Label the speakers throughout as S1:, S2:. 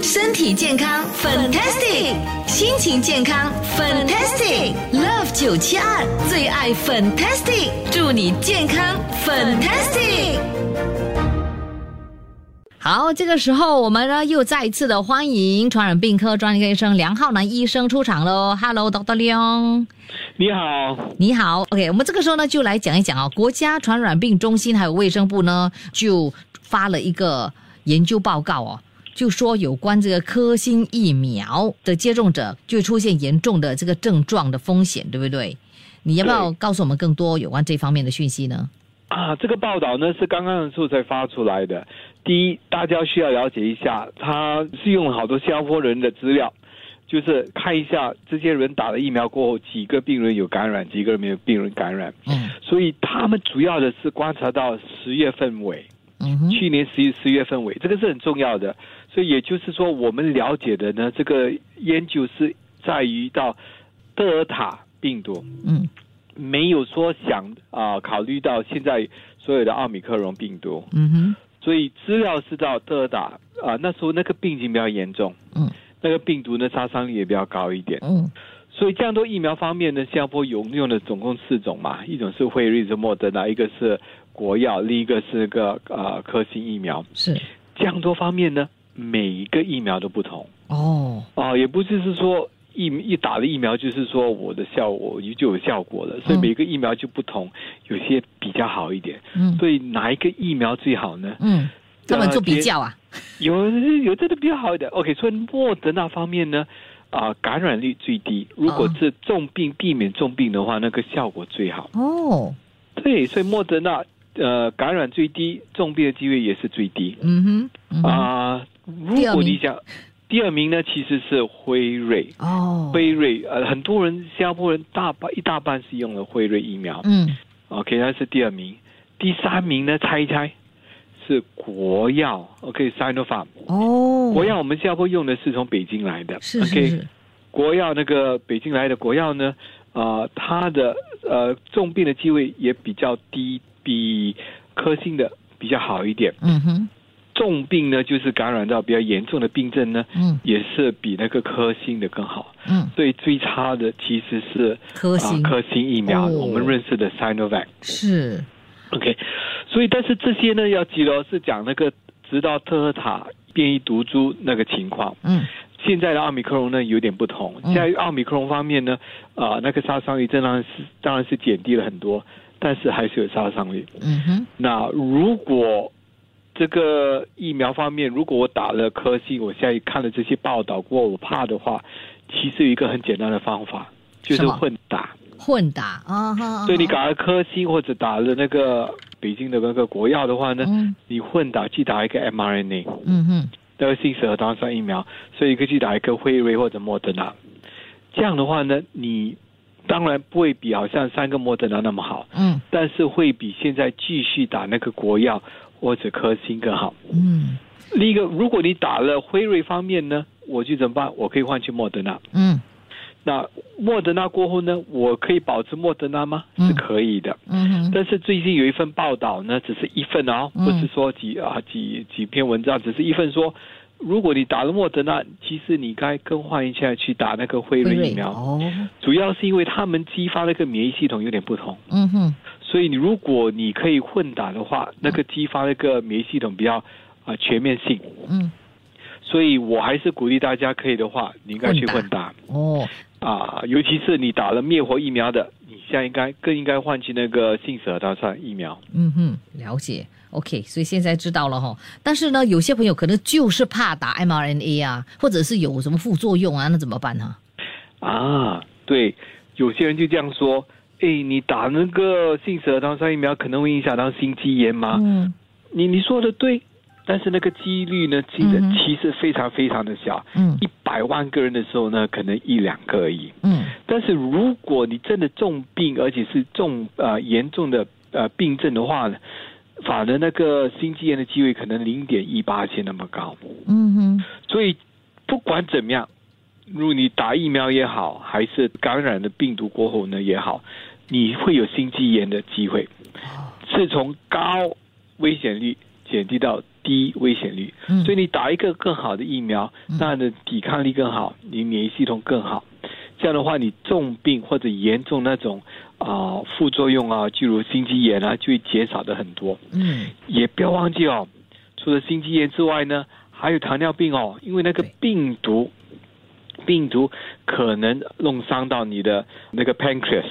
S1: 身体健康，fantastic；心情健康，fantastic。Love 九七二最爱 fantastic，祝你健康，fantastic。好，这个时候我们呢又再一次的欢迎传染病科专科医生梁浩南医生出场喽。Hello，Dr. Leong。
S2: 你好，
S1: 你好，OK，我们这个时候呢就来讲一讲啊、国家传染病中心还有卫生部呢就发了一个研究报告哦，就说有关这个科兴疫苗的接种者就出现严重的这个症状的风险，对不对？你要不要
S2: 对
S1: 告诉我们更多有关这方面的讯息呢？
S2: 啊，这个报道呢是刚刚的时候才发出来的。第一，大家需要了解一下，它是用了好多新加坡人的资料，就是看一下这些人打了疫苗过后，几个病人有感染，几个人没有病人感染。
S1: 嗯
S2: 所以他们主要的是观察到十月份尾，
S1: 嗯哼
S2: 去年十十月份尾，这个是很重要的。所以也就是说，我们了解的呢，这个研究是在于到德尔塔病毒，
S1: 嗯
S2: 没有说想啊、考虑到现在所有的奥密克戎病毒，
S1: 嗯哼
S2: 所以资料是到德尔塔啊、那时候那个病情比较严重，
S1: 嗯，
S2: 那个病毒呢杀伤力也比较高一点。
S1: 嗯
S2: 所以这样多疫苗方面呢，新加坡有用的总共四种嘛，一种是辉瑞、是莫德纳，一个是国药，另一个是个呃科兴疫苗。
S1: 是
S2: 这样多方面呢，每一个疫苗都不同
S1: 哦
S2: 啊、也不是是说疫一打了疫苗就是说我的效果就有效果了，所以
S1: 嗯
S2: 每个疫苗就不同，有些比较好一点。
S1: 嗯
S2: 所以哪一个疫苗最好呢？
S1: 嗯，他们做比较啊，
S2: 有有真的比较好一点。OK，所以莫德纳方面呢，啊、感染率最低。如果
S1: 哦
S2: 是重病，避免重病的话，那个效果最好。
S1: 哦
S2: 对，所以莫德纳呃感染最低，重病的机会也是最低
S1: 嗯哼嗯哼
S2: 啊、
S1: 第
S2: 如
S1: 二
S2: 果
S1: 名
S2: 你讲第二名呢，其实是辉瑞。
S1: 哦
S2: 辉瑞呃，很多人新加坡人大半一大半是用了辉瑞疫苗。
S1: 嗯
S2: OK，它是第二名。第三名呢，猜一猜是国药。OK，Sinopharm、
S1: 哦
S2: 国药我们新加坡用的是从北京来的
S1: 是是
S2: OK，
S1: 是
S2: 国药那个北京来的国药呢，啊，它的呃重病的机会也比较低，比科兴的比较好一点。
S1: 嗯哼
S2: 重病呢，就是感染到比较严重的病症呢，
S1: 嗯
S2: 也是比那个科兴的更好。
S1: 嗯
S2: 所以最差的其实是
S1: 科兴
S2: 啊、科兴疫苗，
S1: 哦
S2: 我们认识的 Sinovac。
S1: 是
S2: OK，所以但是这些呢，要记得哦是讲那个直到特赫塔变异毒株那个情况。
S1: 嗯
S2: 现在的奥密克戎呢有点不同，
S1: 嗯
S2: 现在奥密克戎方面呢，啊、那个杀伤力当然是当然是减低了很多，但是还是有杀伤力。
S1: 嗯哼
S2: 那如果这个疫苗方面，如果我打了科兴，我现在看了这些报道过，我怕的话，其实有一个很简单的方法，就
S1: 什
S2: 是
S1: 么
S2: 混打。
S1: 混打啊哈啊哈
S2: 所以你打了科兴或者打了那个北京的那个国药的话呢，
S1: 嗯
S2: 你混打去打一个 mRNA，
S1: 嗯哼
S2: 那个新蛇当酸疫苗，所以可以去打一个辉瑞或者莫德纳。这样的话呢，你当然不会比好像三个莫德纳那么好，
S1: 嗯
S2: 但是会比现在继续打那个国药或者科兴更好。
S1: 嗯
S2: 另一个，如果你打了辉瑞方面呢，我就怎么办？我可以换去莫德纳。
S1: 嗯
S2: 那莫德纳过后呢，我可以保持莫德纳吗？
S1: 嗯
S2: 是可以的。
S1: 嗯哼
S2: 但是最近有一份报道呢，只是一份啊、哦，
S1: 嗯
S2: 不是说几啊几几篇文章，只是一份说，如果你打了莫德纳，其实你该更换一下去打那个辉
S1: 辉
S2: 瑞
S1: 瑞
S2: 疫苗，
S1: 哦
S2: 主要是因为他们激发那个免疫系统有点不同，
S1: 嗯哼
S2: 所以你如果你可以混打的话，那个激发那个免疫系统比较啊、全面性，
S1: 嗯
S2: 所以我还是鼓励大家可以的话，你应该去混
S1: 混
S2: 打。
S1: 哦
S2: 啊，尤其是你打了灭活疫苗的，你现在应该更应该换去那个信蛇当上疫苗。
S1: 嗯哼了解。OK，所以现在知道了哈。但是呢，有些朋友可能就是怕打 mRNA 啊，或者是有什么副作用啊，那怎么办呢、
S2: 啊，对，有些人就这样说，哎，你打那啊个信蛇糖酸疫苗可能会影响到心肌炎吗？
S1: 嗯
S2: 你你说的对，但是那个几率呢，记得
S1: 嗯哼
S2: 其实非常非常的小，
S1: 嗯
S2: 一百万个人的时候呢，可能一两个而已。
S1: 嗯
S2: 但是如果你真的重病，而且是重呃严重的呃病症的话呢，反而那个心肌炎的机会可能零点一八千那么高。
S1: 嗯哼
S2: 所以不管怎么样，如果你打疫苗也好，还是感染了病毒过后呢也好，你会有心肌炎的机会，是从高危险率减低到低危险率。
S1: 嗯，
S2: 所以你打一个更好的疫苗
S1: 嗯，
S2: 那你的抵抗力更好，你免疫系统更好。这样的话，你重病或者严重那种啊、副作用啊，譬如心肌炎啊，就会减少的很多。
S1: 嗯
S2: 也不要忘记哦，除了心肌炎之外呢，还有糖尿病哦，因为那个
S1: 对
S2: 病毒，病毒可能弄伤到你的那个 pancreas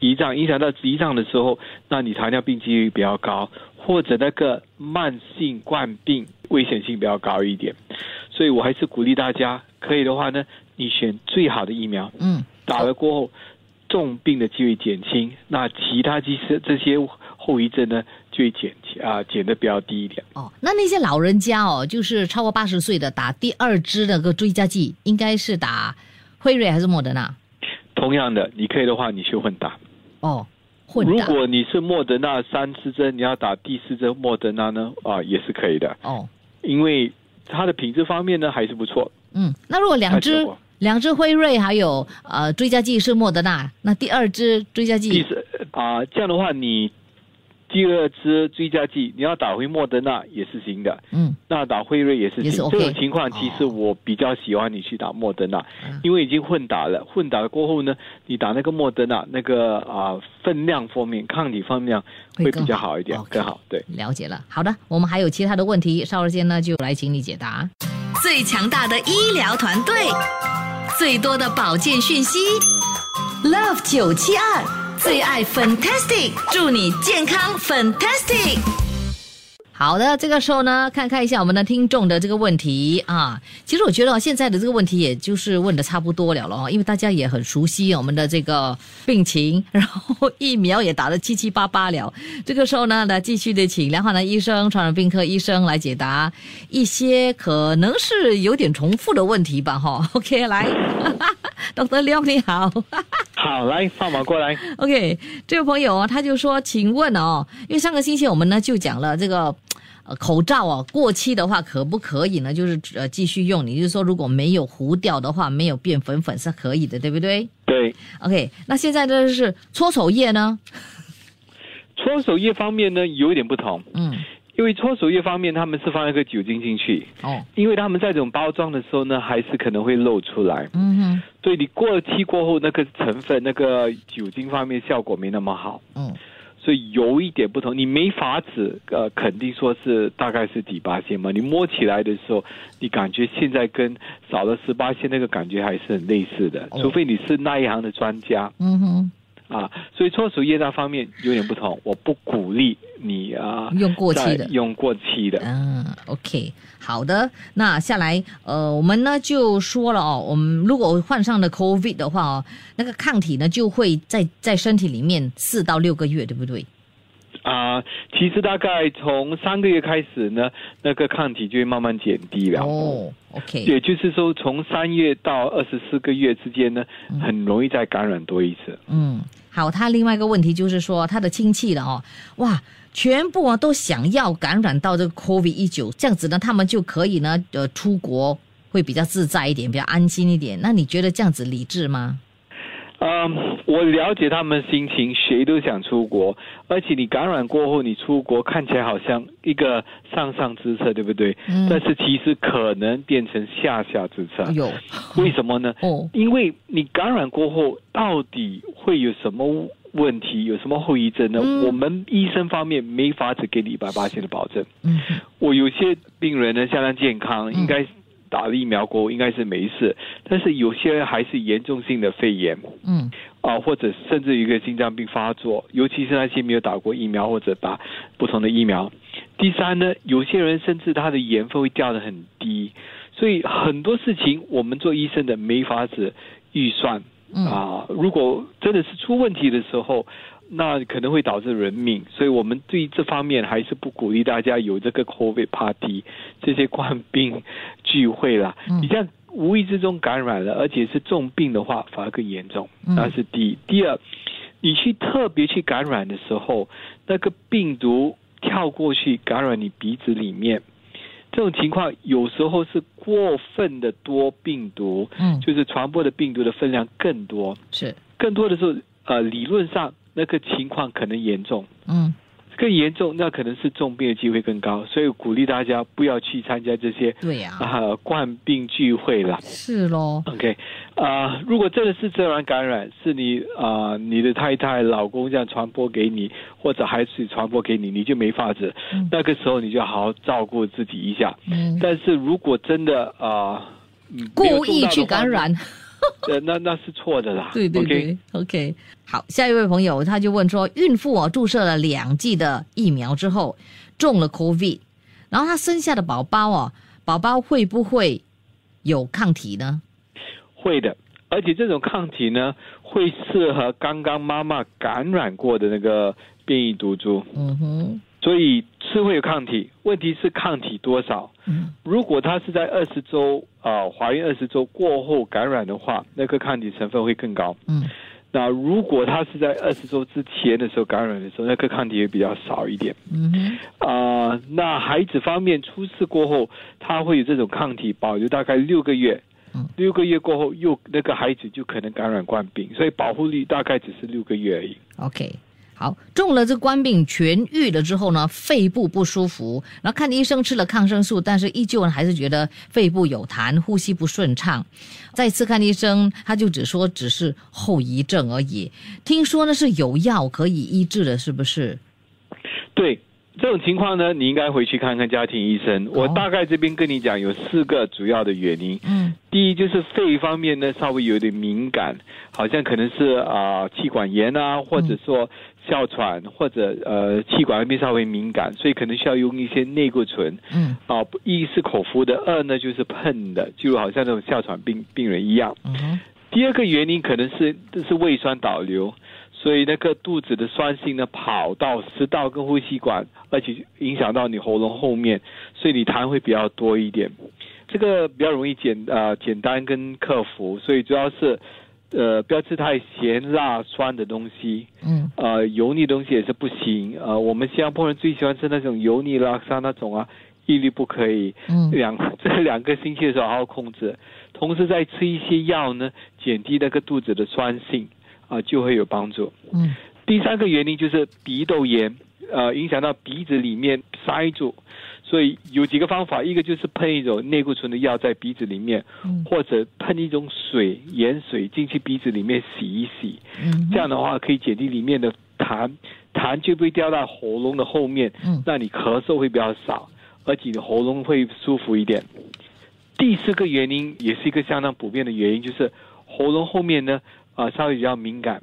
S2: 胰脏，影响到胰脏的时候，那你糖尿病几率比较高，或者那个慢性冠病危险性比较高一点，所以我还是鼓励大家，可以的话呢，你选最好的疫苗，
S1: 嗯
S2: 打了过后，重病的机会减轻，那其他这些这些后遗症呢，就会减啊、减的比较低一点。
S1: 哦，那那些老人家哦，就是超过八十岁的，打第二支那个追加剂，应该是打辉瑞还是莫德纳？
S2: 同样的，你可以的话，你去混打。
S1: 哦，混
S2: 如
S1: 打
S2: 果你是莫德纳三次针，你要打第四针莫德纳呢，啊、也是可以的，
S1: 哦，
S2: 因为它的品质方面呢还是不错。
S1: 嗯，那如果两
S2: 太
S1: 支
S2: 久了
S1: 两支辉瑞还有呃追加剂是莫德纳，那第二支追加
S2: 第
S1: 剂
S2: 四啊、这样的话你。第二支追加剂，你要打回莫德纳也是行的，
S1: 嗯
S2: 那打辉瑞也是
S1: 也
S2: 行。
S1: 是 OK
S2: 这种情况，其实
S1: 哦
S2: 我比较喜欢你去打莫德纳，
S1: 嗯
S2: 因为已经混打了，混打了过后呢，你打那个莫德纳那个啊、分量方面、抗体方面
S1: 会
S2: 会
S1: 更
S2: 比较
S1: 好
S2: 好一点，
S1: OK
S2: 更好对。
S1: 了解了。好的，我们还有其他的问题，稍后间呢就来请你解答。
S3: 最强大的医疗团队，最多的保健讯息，Love 九七二最爱 Fantastic，祝你健康 Fantastic。
S1: 好的，这个时候呢，看看一下我们的听众的这个问题啊。其实我觉得现在的这个问题，也就是问的差不多了了哦，因为大家也很熟悉我们的这个病情，然后疫苗也打得七七八八了。哦这个时候呢，来继续的请梁华南医生、传染病科医生来解答一些可能是有点重复的问题吧，哈、OK，来 ，Dr. 廖你好。
S2: 好，来放马过来。
S1: OK，这位朋友啊，他就说，请问哦，因为上个星期我们呢就讲了这个。呃，口罩哦，过期的话可不可以呢？就是呃继续用，你就是说如果没有糊掉的话，没有变粉粉是可以的，对不对
S2: 对，
S1: ？OK，那现在呢是搓手液呢，
S2: 搓手液方面呢有一点不同，
S1: 嗯，
S2: 因为搓手液方面他们是放一个酒精进去，
S1: 哦，
S2: 因为他们在这种包装的时候呢，还是可能会漏出来，
S1: 嗯哼，
S2: 所以你过期过后那个成分、那个酒精方面效果没那么好。
S1: 嗯
S2: 所以有一点不同，你没法子呃肯定说是大概是底八线嘛，你摸起来的时候，你感觉现在跟少了十八线那个感觉还是很类似的，
S1: 哦
S2: 除非你是那一行的专家
S1: 嗯哼，
S2: 啊，所以搓手液那方面有点不同，我不鼓励你啊
S1: 用过期
S2: 再
S1: 的，
S2: 用过期的，
S1: 嗯，OK，好的，那下来，呃，我们呢就说了哦，我们如果患上了 COVID 的话哦，那个抗体呢就会在在身体里面四到六个月，对不对？
S2: 啊、其实大概从三个月开始呢，那个抗体就会慢慢减低了。
S1: 哦，OK，
S2: 也就是说，从三月到二十四个月之间呢，很容易再感染多一次。
S1: 嗯，好，他另外一个问题就是说，他的亲戚了哦，哇，全部啊都想要感染到这个 COVID 一九，这样子呢，他们就可以呢，呃，出国会比较自在一点，比较安心一点。那你觉得这样子理智吗？
S2: 嗯，我了解他们的心情，谁都想出国，而且你感染过后，你出国看起来好像一个上上之策，对不对？
S1: 嗯
S2: 但是其实可能变成下下之策。
S1: 有
S2: 为什么呢？
S1: 哦，
S2: 因为你感染过后，到底会有什么问题，有什么后遗症呢？
S1: 嗯
S2: 我们医生方面没法子给你一百八千的保证。
S1: 嗯
S2: 我有些病人呢相当健康，
S1: 嗯
S2: 应该打了疫苗过后应该是没事，但是有些人还是严重性的肺炎。
S1: 嗯
S2: 啊，或者甚至一个心脏病发作，尤其是那些没有打过疫苗或者打不同的疫苗。第三呢，有些人甚至他的盐分会掉得很低，所以很多事情我们做医生的没法子预算
S1: 嗯
S2: 啊啊。如果真的是出问题的时候，那可能会导致人命，所以我们对这方面还是不鼓励大家有这个 COVID party 这些冠病聚会啦。
S1: 嗯
S2: 你这样无意之中感染了，而且是重病的话，反而更严重。
S1: 嗯
S2: 那是第一。第二，你去特别去感染的时候，那个病毒跳过去感染你鼻子里面，这种情况有时候是过分的多病毒，
S1: 嗯，
S2: 就是传播的病毒的分量更多。
S1: 是，
S2: 更多的时候，呃，理论上那个情况可能严重，
S1: 嗯
S2: 更严重那可能是重病的机会更高，所以鼓励大家不要去参加这些
S1: 对呀、
S2: 啊、呃冠病聚会啦。
S1: 是咯，
S2: OK，啊、如果真的是自然感染，是你啊、呃你的太太、老公这样传播给你，或者孩子传播给你，你就没法子。
S1: 嗯
S2: 那个时候你就好好照顾自己一下。
S1: 嗯，
S2: 但是如果真的啊、嗯没有
S1: 故意去
S2: 重大的话
S1: 感染，
S2: 呃，那那是错的 啦。
S1: 对对
S2: OK
S1: 对 o k 好，下一位朋友他就问说，孕妇哦注射了两剂的疫苗之后中了 COVID，然后她生下的宝宝哦，宝宝会不会有抗体呢？
S2: 会的，而且这种抗体呢，会适合刚刚妈妈感染过的那个变异毒株，
S1: 嗯哼，
S2: 所以是会有抗体。问题是抗体多少？
S1: 嗯
S2: 如果她是在二十周啊、呃怀孕二十周过后感染的话，那个抗体成分会更高。
S1: 嗯
S2: 那如果她是在二十周之前的时候感染的时候，那个抗体也比较少一点。
S1: 嗯哼，
S2: 啊、那孩子方面出事过后，他会有这种抗体保留大概六个月
S1: 嗯，
S2: 六个月过后又那个孩子就可能感染冠病，所以保护力大概只是六个月而已。
S1: OK，好，中了这冠病痊愈了之后呢，肺部不舒服，然后看医生吃了抗生素，但是依旧还是觉得肺部有痰，呼吸不顺畅。再次看医生，他就只说只是后遗症而已。听说呢是有药可以医治的，是不是？
S2: 对这种情况呢，你应该回去看看家庭医生。我
S1: 哦
S2: 大概这边跟你讲有四个主要的原因。
S1: 嗯
S2: 第一就是肺方面呢，稍微有点敏感，好像可能是啊、气管炎啊，或者说哮喘，或者呃气管那边稍微敏感，所以可能需要用一些类固醇。
S1: 嗯
S2: 啊、不一是口服的，二呢就是喷的，就好像那种哮喘病病人一样。
S1: 嗯哼
S2: 第二个原因可能是这是胃酸导流，所以那个肚子的酸性呢跑到食道跟呼吸管，而且影响到你喉咙后面，所以你痰会比较多一点。这个比较容易简啊简单跟克服，所以主要是呃不要吃太咸辣酸的东西，
S1: 嗯
S2: 呃，油腻东西也是不行。呃，我们新加坡人最喜欢吃那种油腻拉沙那种啊，一律不可以。
S1: 嗯
S2: 两 这两个星期的时候好好控制，同时再吃一些药呢，减低那个肚子的酸性啊、就会有帮助。
S1: 嗯
S2: 第三个原因就是鼻窦炎，呃，影响到鼻子里面塞住，所以有几个方法，一个就是喷一种类固醇的药在鼻子里面，
S1: 嗯
S2: 或者喷一种水盐水进去鼻子里面洗一洗，
S1: 嗯
S2: 这样的话可以减低里面的痰，痰就不会掉到喉咙的后面，
S1: 嗯
S2: 那你咳嗽会比较少，而且你喉咙会舒服一点。第四个原因也是一个相当普遍的原因，就是喉咙后面呢，啊、稍微比较敏感，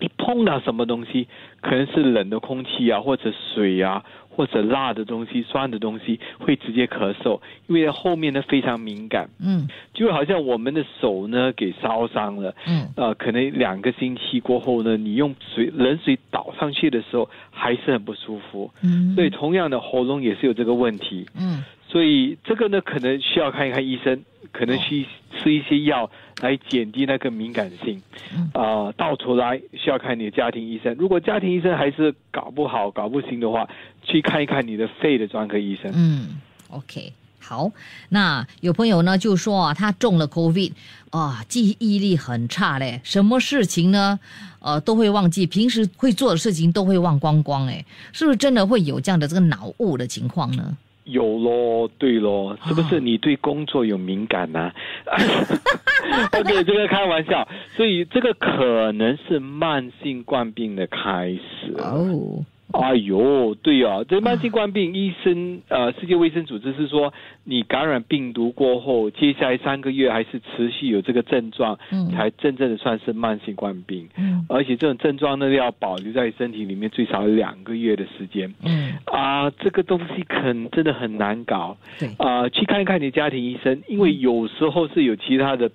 S2: 你碰到什么东西，可能是冷的空气啊，或者水啊，或者辣的东西、酸的东西，会直接咳嗽，因为后面呢非常敏感，
S1: 嗯
S2: 就好像我们的手呢给烧伤了。
S1: 嗯
S2: 呃，可能两个星期过后呢，你用水冷水倒上去的时候还是很不舒服，
S1: 嗯，
S2: 所以同样的喉咙也是有这个问题，
S1: 嗯
S2: 所以这个呢可能需要看一看医生，可能
S1: 哦
S2: 去吃一些药来减低那个敏感性
S1: 嗯，
S2: 啊、到头来需要看你的家庭医生，如果家庭医生还是搞不好、搞不行的话，去看一看你的肺的专科医生。
S1: 嗯，OK，好。那有朋友呢就说啊，他中了 COVID 啊，记忆力很差嘞，什么事情呢，呃，都会忘记，平时会做的事情都会忘光光，哎，是不是真的会有这样的这个脑雾的情况呢？
S2: 有咯，对咯，是不
S1: 啊
S2: 是你对工作有敏感 呢、啊？对，这个开玩笑，所以这个可能是慢性冠病的开始。
S1: 哦，
S2: 哎呦，对啊，这慢性冠病，医生呃，
S1: 啊
S2: 世界卫生组织是说，你感染病毒过后，接下来三个月还是持续有这个症状，
S1: 嗯
S2: 才真正的算是慢性冠病。
S1: 嗯
S2: 而且这种症状呢，要保留在身体里面最少两个月的时间。
S1: 嗯，
S2: 啊，这个东西很真的很难搞。
S1: 对，
S2: 啊、去看一看你家庭医生，因为有时候是有其他的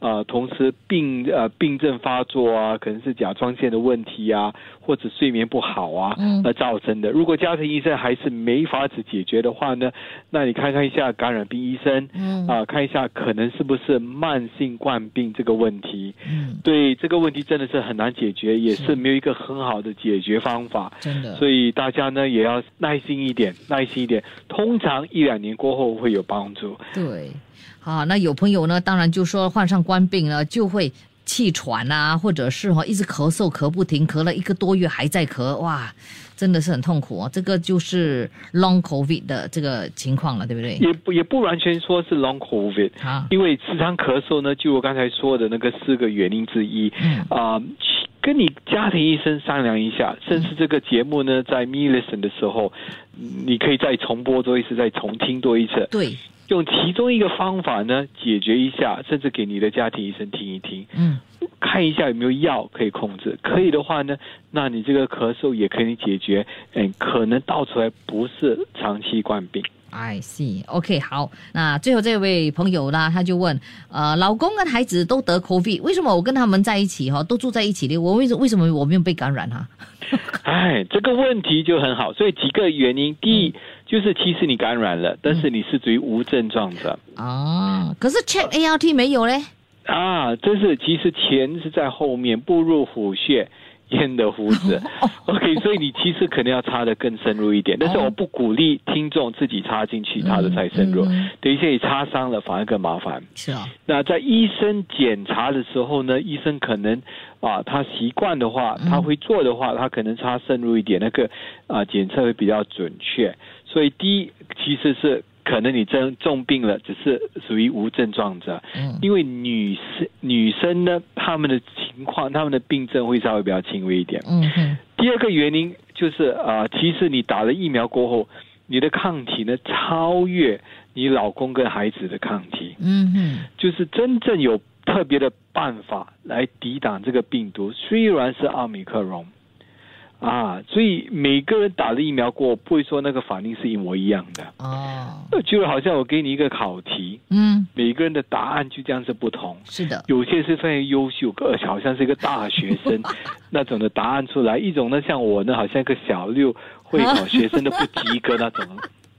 S2: 呃，同时病呃病症发作啊，可能是甲状腺的问题啊，或者睡眠不好啊，
S1: 嗯
S2: 而造成的。如果家庭医生还是没法子解决的话呢，那你看看一下感染病医生，
S1: 嗯
S2: 啊、看一下可能是不是慢性冠病这个问题。
S1: 嗯，
S2: 对这个问题真的是很难解决，也
S1: 是
S2: 是没有一个很好的解决方法。
S1: 真的。
S2: 所以大家呢也要耐心一点，耐心一点。通常一两年过后会有帮助。
S1: 对，好，那有朋友呢，当然就说患上冠病了，就会气喘啊，或者是哈、一直咳嗽咳不停，咳了一个多月还在咳，哇，真的是很痛苦哦。这个就是 long covid 的这个情况了，对不对？
S2: 也不也不完全说是 long covid，
S1: 啊，
S2: 因为时常咳嗽呢，就我刚才说的那个四个原因之一
S1: 嗯
S2: 啊、去跟你家庭医生商量一下，甚至这个节目呢，在 me listen 的时候，你可以再重播多一次，再重听多一次，
S1: 对，
S2: 用其中一个方法呢解决一下，甚至给你的家庭医生听一听，
S1: 嗯，
S2: 看一下有没有药可以控制。可以的话呢，那你这个咳嗽也可以解决，嗯，可能到出来不是长期冠 病。
S1: I see，OK，、好，那最后这位朋友啦，他就问，呃，老公跟孩子都得 COVID，为什么我跟他们在一起哈，都住在一起的，我为什为什么我没有被感染啊？
S2: 哎，这个问题就很好，所以几个原因，第
S1: 嗯
S2: 一、就是其实你感染了，但是你是属于无症状者、
S1: 啊，可是 check ALT 没有嘞？
S2: 啊，这是其实钱是在后面，步入虎穴。焉得虎 子，OK，所以你其实可能要插得更深入一点，但是
S1: 哦
S2: 我不鼓励听众自己插进去，插的太深入
S1: 嗯嗯，
S2: 等一下你插伤了反而更麻烦。
S1: 是啊，
S2: 那在医生检查的时候呢，医生可能啊，他习惯的话，
S1: 嗯
S2: 他会做的话，他可能插深入一点，那个啊检测会比较准确。所以第一其实是可能你真重病了，只是属于无症状者，
S1: 嗯
S2: 因为女生女生呢，她们的情况，她们的病症会稍微比较轻微一点。
S1: 嗯哼，
S2: 第二个原因就是啊、呃其实你打了疫苗过后，你的抗体呢超越你老公跟孩子的抗体。
S1: 嗯哼。
S2: 就是真正有特别的办法来抵挡这个病毒，虽然是奥密克戎啊，所以每个人打了疫苗过，不会说那个反应是一模一样的。
S1: 哦，
S2: 呃就好像我给你一个考题，
S1: 嗯，
S2: 每个人的答案就这样是不同。
S1: 是的，
S2: 有些是非常优秀，而且好像是一个大学生那种的答案出来；一种呢，像我呢，好像一个小六会考学生的不及格那种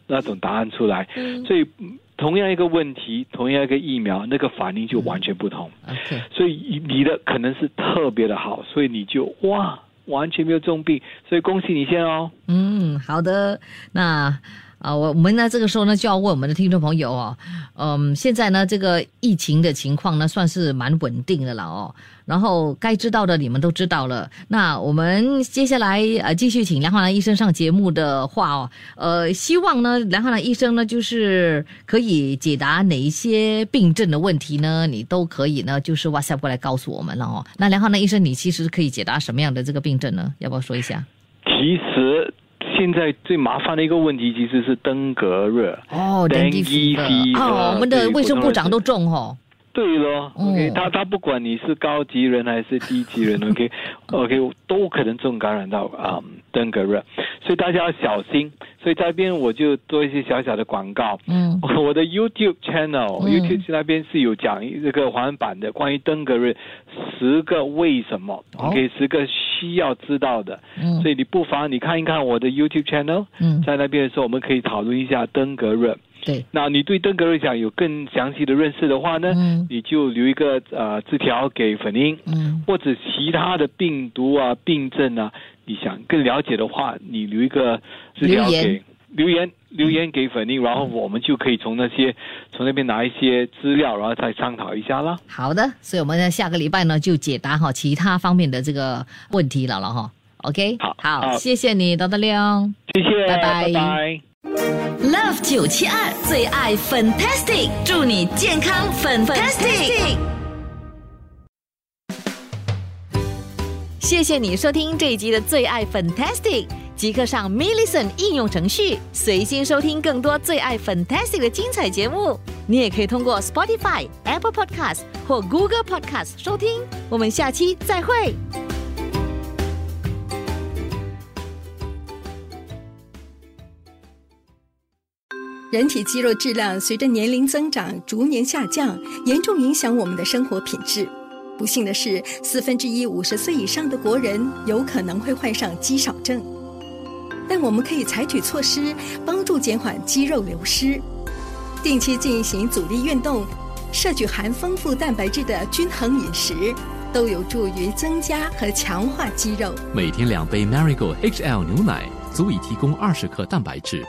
S2: 那种答案出来。所以，嗯同样一个问题，同样一个疫苗，那个反应就完全不同。
S1: ，OK，
S2: 所以你的可能是特别的好，所以你就哇，完全没有重病，所以恭喜你先哦。
S1: 嗯，好的，那啊，我我们呢这个时候呢就要问我们的听众朋友哦，嗯，现在呢这个疫情的情况呢算是蛮稳定的了哦，然后该知道的你们都知道了，那我们接下来呃继续请梁焕兰医生上节目的话哦，呃，希望呢梁焕兰医生呢就是可以解答哪一些病症的问题呢，你都可以呢就是 WhatsApp 过来告诉我们了哦。那梁焕兰医生，你其实可以解答什么样的这个病症呢？要不要说一下？
S2: 其实现在最麻烦的一个问题其实是登革热。
S1: 哦
S2: Dengue fever，
S1: 哦，我们的
S2: 对
S1: 卫生部长
S2: 普通人
S1: 都中哦，
S2: 对咯
S1: 哦
S2: ，OK，、他他不管你是高级人还是低级 人，OK，OK，、都可能中感染到啊、嗯登革热，所以大家要小心。所以在这边我就做一些小小的广告。
S1: 嗯
S2: 我的 YouTube
S1: 嗯
S2: channel，YouTube、那边是有讲这个华文版的关于登革热十个为什么、
S1: 哦
S2: o k 十个需要知道的。
S1: 嗯
S2: 所以你不妨你看一看我的 YouTube channel，
S1: 嗯，
S2: 在那边的时候我们可以讨论一下登革热。
S1: 对，
S2: 那你对登革热讲有更详细的认识的话呢，
S1: 嗯
S2: 你就留一个呃字条给粉英，
S1: 嗯
S2: 或者其他的病毒啊、病症啊，你想更了解的话，你留一个字条
S1: 留言
S2: 给留言留言给粉英，然后我们就可以从那些从那边拿一些资料，然后再商讨一下啦。
S1: 好的，所以我们呢下个礼拜呢就解答哈其他方面的这个问题了了哈。OK，
S2: 好
S1: 好，
S2: 好
S1: 谢谢你，多多亮。
S2: 谢谢，
S1: 拜拜
S2: 拜拜
S3: Love 九七二最爱 Fantastic，祝你健康 Fantastic。谢谢你收听这一集的最爱 Fantastic，即刻上 m i l l i c e n t 应用程序，随心收听更多最爱 Fantastic 的精彩节目。你也可以通过 Spotify、Apple Podcast 或 Google Podcast 收听。我们下期再会。
S4: 人体肌肉质量随着年龄增长逐年下降，严重影响我们的生活品质。不幸的是，四分之一五十岁以上的国人有可能会患上肌少症。但我们可以采取措施帮助减缓肌肉流失，定期进行阻力运动，摄取含丰富蛋白质的均衡饮食，都有助于增加和强化肌肉。
S5: 每天两杯 Marigold HL 牛奶足以提供二十克蛋白质，